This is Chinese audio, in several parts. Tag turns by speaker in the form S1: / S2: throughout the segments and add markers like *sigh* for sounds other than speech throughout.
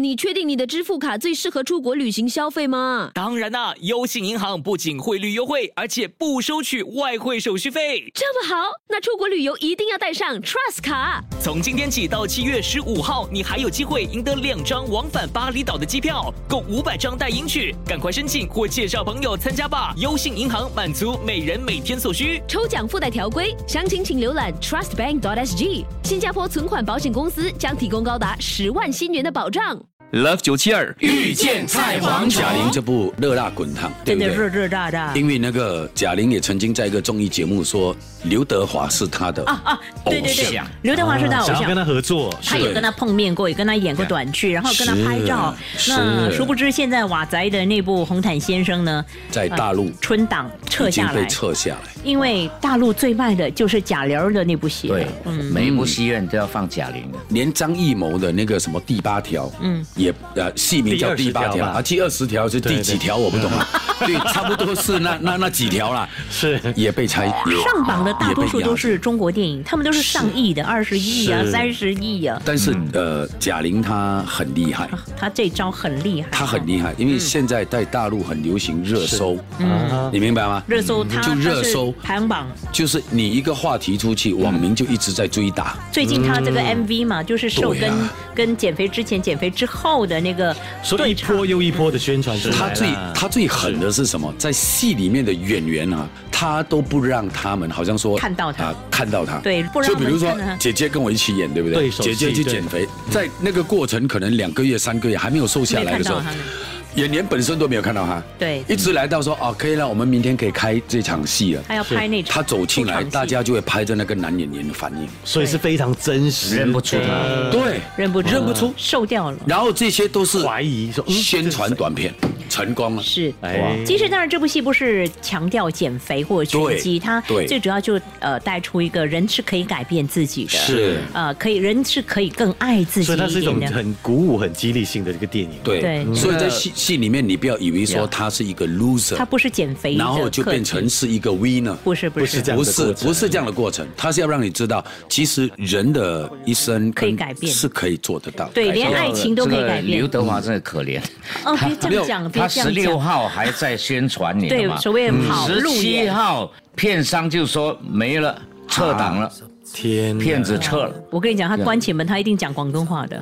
S1: 你确定你的支付卡最适合出国旅行消费吗？
S2: 当然啦、优信银行不仅汇率优惠，而且不收取外汇手续费。
S1: 这么好，那出国旅游一定要带上 Trust 卡。
S2: 从今天起到七月十五号，你还有机会赢得两张往返巴厘岛的机票，共五百张代银取，赶快申请或介绍朋友参加吧。优信银行满足每人每天所需。
S1: 抽奖附带条规，详情请浏览 trustbank.sg。新加坡存款保险公司将提供高达十万新元的保障。
S3: Love 九七二
S4: 遇见菜蝗虫
S3: 贾玲这部《热辣滚烫》，对
S5: 真
S3: 不对？
S5: 的热热辣辣
S3: 因为那个贾玲也曾经在一个综艺节目说，刘德华是她的
S5: 啊啊！对对
S3: 偶
S5: 对
S3: 像，啊
S5: 刘德华是他偶
S6: 嗯想要
S5: 像
S6: 跟。他合作，
S5: 他有跟他碰面过，也跟他演过短剧，然后跟他拍照。
S3: 是
S5: 那
S3: 是
S5: 殊不知，现在瓦宅的那部《红毯先生》呢，
S3: 在大陆
S5: 呃春档撤
S3: 已经
S5: 下
S3: 被
S5: 来，
S3: 撤下来。
S5: 因为大陆最卖的就是贾玲儿的那部戏。
S4: 对，
S5: 嗯
S4: 每一部戏院都要放贾玲的。
S3: 连张艺谋的那个什么第八条，嗯，也呃戏名叫第八
S6: 第二十
S3: 条
S6: 条吧
S3: 啊，第二十条是第几条我不懂啊，对，差不多是那那那几条啦，
S6: 是
S3: 也被拆
S5: 上榜的大多数都。
S3: 也被
S5: 是
S3: 压着
S5: 中国电影，他们都是上亿的，二十亿啊，
S6: 是
S5: 三十亿啊。
S3: 但
S4: 嗯
S3: 是呃，贾玲她很厉害，
S5: 他这招很厉害，啊
S3: 她很厉害，因
S5: 嗯
S3: 为现在在大陆很流行热搜，
S6: 嗯
S3: 你明白吗？
S5: 热搜他，
S3: 就
S5: 他
S3: 热搜
S5: 是嗯排行榜。
S3: 就是你一个话题出去，网民就一直在追打。
S5: 最近他这个 MV 嘛，就是瘦
S3: 嗯对
S5: 跟
S3: 啊
S5: 跟减肥之前、减肥之后的那个
S6: 所以
S5: 对
S6: 一
S5: 唱
S6: 波又一波的宣传出来
S3: 他
S6: 啦
S3: 最他最狠的是什么？在戏里面的演员啊，他都不让他们好像说
S5: 看到他
S3: 啊，看到他。
S5: 对不让
S3: 就
S5: 他
S3: 比
S5: 们
S3: 如说
S5: 看啊
S3: 姐姐跟我一起演，对不对？
S6: 对手
S3: 姐
S6: 戏
S3: 姐去
S6: 对
S3: 减肥，在那个过程可能两个月、三个月还没有瘦下来的时候
S5: 没看到他们，
S3: 演员本身都没有看到他。
S5: 嗯对
S3: 一直来到说哦，可以了，我们明天可以开这场戏了。
S5: 他要拍那场，
S3: 他走进来，
S5: 出场戏
S3: 大家就会拍着那个男演员的反应。
S6: 所以是非常真实的，
S4: 认不出他
S6: 嗯
S3: 对，
S5: 认不出
S3: 认不出
S5: 瘦掉了。
S3: 然后这些都是
S6: 怀疑说嗯
S3: 宣传短片啊成功了。
S5: 是，
S6: 哎
S5: 其实当然这部戏不是强调减肥或者拳击，
S3: 对
S5: 它
S3: 对
S5: 最主要就呃带出一个人是可以改变自己的，
S3: 是
S5: 呃可以人是可以更爱自己
S6: 所以它是
S5: 一
S6: 一种
S5: 点的，
S6: 很鼓舞、很激励性的一个电影。
S3: 对，
S5: 对
S3: 所以在
S6: 嗯
S3: 戏戏里面，你不要以为说
S4: Yeah
S3: 他是一个
S5: 它
S3: loser，
S5: 不是减肥的
S3: 然后就
S5: 课
S3: 变
S5: 题
S3: 成是一个 winner。
S5: 不是不
S6: 不
S5: 是
S6: 是这样
S3: 不
S6: 的
S3: 是
S6: 过程
S3: 不是这样的过程，他是要让你知道，其实人的一生
S5: 可以
S3: 跟
S5: 改变
S3: 是可以做得到。
S5: 对，连爱情都可以改
S4: 这个刘
S5: 变。
S4: 德华真的可怜，
S5: 哦，别这样讲，
S4: 他
S5: 别这
S4: 十
S5: 样
S4: 六
S5: 讲。
S4: 号还在宣传你
S5: 对
S4: 嘛，
S5: 所谓跑
S4: 嗯十
S5: 路
S4: 七
S5: 演
S4: 号片商就说没了，撤档了，
S6: 天哪，
S4: 片子撤了。
S5: 我跟你讲，他关起门，他一定讲广东话的。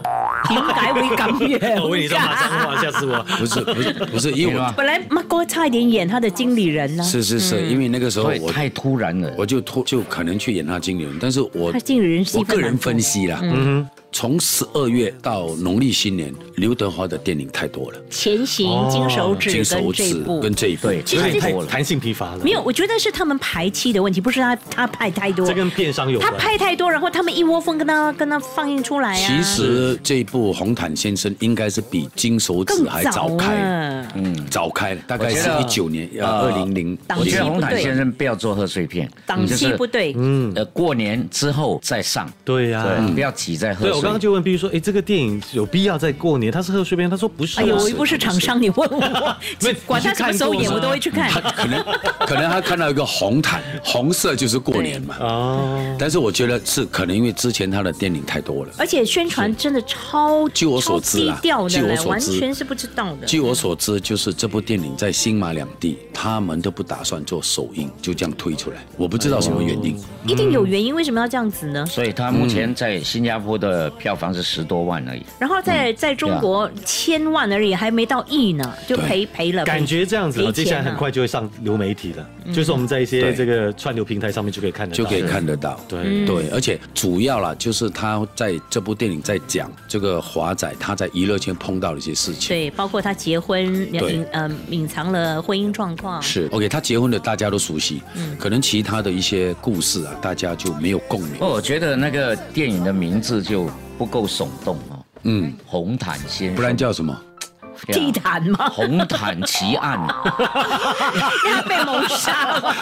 S5: 点解会咁样？
S6: 我跟你说，马上哇，吓死我！
S3: 不是不是不是，因为
S4: 对吧
S3: 我
S5: *laughs* 本来妈哥差一点演他的经理人呢、
S3: 是是是，
S5: 嗯
S3: 因为那个时候
S4: 所以
S3: 我
S4: 太突然了，
S3: 我就脱就可能去演他经理人，但是我
S5: 他经理人戏
S3: 我
S5: 份
S3: 个人
S5: 蛮嗯重
S3: 分析啦，
S4: 嗯
S3: 从十二月到农历新年，刘德华的电影太多了，
S5: 前行、金手指
S3: 金
S5: 跟
S3: 手
S5: 这一
S3: 指
S5: 部
S3: 跟这一部，
S4: 对，
S5: 其实
S4: 太
S5: 这
S6: 太
S4: 多了。
S6: 弹性疲乏了，
S5: 没有，我觉得是他们排期的问题，不是他他拍太多
S6: 这。跟片商有
S5: 他
S6: 关。
S5: 拍太多，然后他们一窝蜂跟他跟他放映出来啊，
S3: 其实这一部《红毯先生》应该是比《金手指
S5: 更》
S3: 还
S5: 早
S3: 早开，
S5: 啊。
S3: 嗯，早开了，大概
S4: 我
S3: 是
S4: 觉得
S3: 一九年，呃，
S4: 呃
S3: 二零零
S5: 档
S4: 我
S5: 期
S4: 觉得
S5: 不
S4: 红毯
S5: 对
S4: 先生不要做贺岁片，
S5: 档
S4: 就
S5: 期
S4: 是
S5: 不对，
S4: 呃，过年之后再上，
S6: 对呀，
S4: 对，不要挤在贺
S6: 啊对，
S4: 岁。
S6: 我刚刚就问，比如说，哎，这个电影有必要在过年？他是贺岁片，他说不是啊。
S5: 哎呦，我
S6: 是
S5: 又不是厂商，你问我
S6: 没，
S5: 管他什么时候
S6: 你
S5: 演，
S6: 去看过吗
S5: 我都会去看。
S3: 可能可能他看到一个红毯，红色就是过年嘛。
S6: 哦，
S3: 但是我觉得是可能因为之前他的电影太多了。
S5: 而且宣传真的超
S3: 据我所知
S5: 超
S3: 啦
S5: 低调的
S3: 据我
S5: 嘞，
S3: 所知
S5: 完全是不知道的。
S3: 据我所知，就是这部电影在新马两地，他们都不打算做首映，就这样推出来。我不知道什么原因。
S5: 一定有原因，为什么要这样子呢？
S4: 所以他目前在新加坡的票房是十多万而已。
S5: 然后在在中国千万而已，还没到亿呢，就
S3: 对
S5: 赔赔了。
S6: 感觉这样子，
S5: 啊赔
S6: 了，
S5: 钱
S6: 接
S5: 了
S6: 下来很快就会上流媒体了，就是我们在一些
S3: 对
S6: 这个串流平台上面就可以看得到，
S3: 就可以看得到。
S6: 对
S5: 嗯
S3: 对，而且主要啦，就是他在这部电影在讲这个华仔他在娱乐圈碰到的一些事情。
S5: 对，包括他结婚
S3: 对
S5: 隐呃隐藏了婚姻状况，
S3: 是 OK，他结婚的大家都熟悉，可能其他的一些故事啊，大家就没有共鸣
S4: 不。过我觉得那个哦电影的名字就不够耸动哦。嗯，红毯先生，啊
S3: 不然叫什么？
S5: 地毯吗？
S4: 红毯奇
S5: *laughs*
S4: 案，
S5: 他被谋杀了，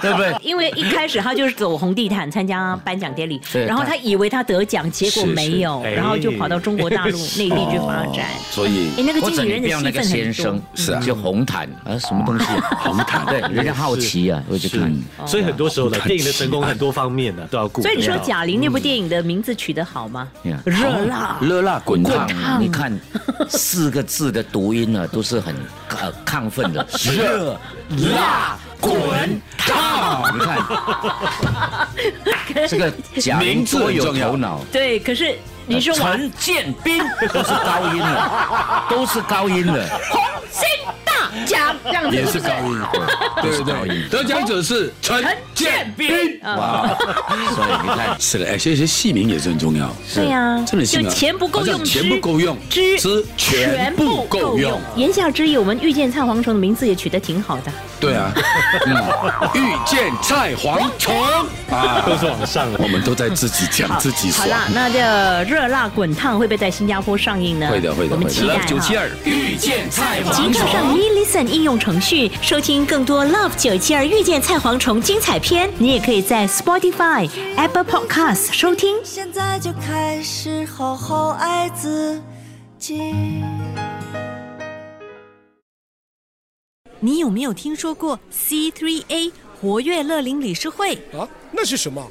S4: *laughs* 对不对？
S5: 因为一开始他就是走红地毯参加颁奖典礼，
S4: 对
S5: 然后他以为他得奖，结果
S3: 是是
S5: 没有，
S6: 哎
S5: 然后就跑到中国大陆内地去发展。
S3: 所以
S5: 哎，那个
S4: 或者
S5: 经理
S4: 你
S5: 人
S4: 不
S5: 的戏
S4: 要那个
S5: 份
S4: 先
S5: 很
S4: 生
S5: 重，，
S3: 是啊
S4: 就红毯啊，什么东西？ *laughs* 红毯，对，人家好奇啊，我就是看。
S3: 哦
S6: 所以很多时候呢，电影的成功很多方面啊呢都要顾
S5: 所
S6: 虑。
S5: 以你说贾玲那部电影的名字取得好吗？
S4: Yeah
S5: 热辣，
S3: 热辣滚烫，
S4: 烫，你看四个字的读音呢，都是很呃亢奋 *laughs* 的，热辣滚烫。你看，
S5: *laughs*
S4: 这个贾玲
S3: 名字
S4: 多
S3: 很
S4: 有
S3: 重要
S4: 头脑。
S5: 对，可是你说王
S4: 陈建斌都是高音的，都是高音的，
S5: 心大家这样子
S3: 也
S5: 是
S3: 是
S5: 不
S3: 高
S5: 是？
S3: 音，
S4: 都
S3: 对
S4: 是高
S3: 对对，
S4: 音。
S3: 得奖者是陈建斌。
S5: 啊
S4: 哇，所以你看，
S3: 是的，哎，所以这戏名也 *laughs* 是很重要。
S5: 对呀，
S3: 真的戏名
S5: 就钱不够
S3: 好
S5: 用
S3: 像
S5: 之，
S3: 钱不够用，
S5: 之
S3: 之全部够用。。
S5: 言下之意，我们遇见蔡黄虫的名字也取得挺好的。
S3: 对 *laughs* 啊，嗯，遇见蔡黄虫啊，
S6: 都是往上了
S3: 我。们都在自己讲自己
S5: 好
S3: 爽。
S5: 啦，那这热辣滚烫会不会在新加坡上映呢？
S3: 会的，会的，
S5: 我们
S3: 会
S5: 期
S3: 的。
S5: 待
S3: Love 九七
S5: 哈。
S3: 二啊遇见蔡
S5: 即
S3: 黄
S5: 刻
S3: 虫。
S5: 上 Me Listen 应用程序收听更多 Love 九七二遇见蔡黄虫精彩片，你也可以在 Spotify、Apple Podcast 收听。
S7: 现在就开始好好爱自己。
S8: 你有没有听说过 C3A 活跃乐龄理事会？
S9: 啊，那是什么？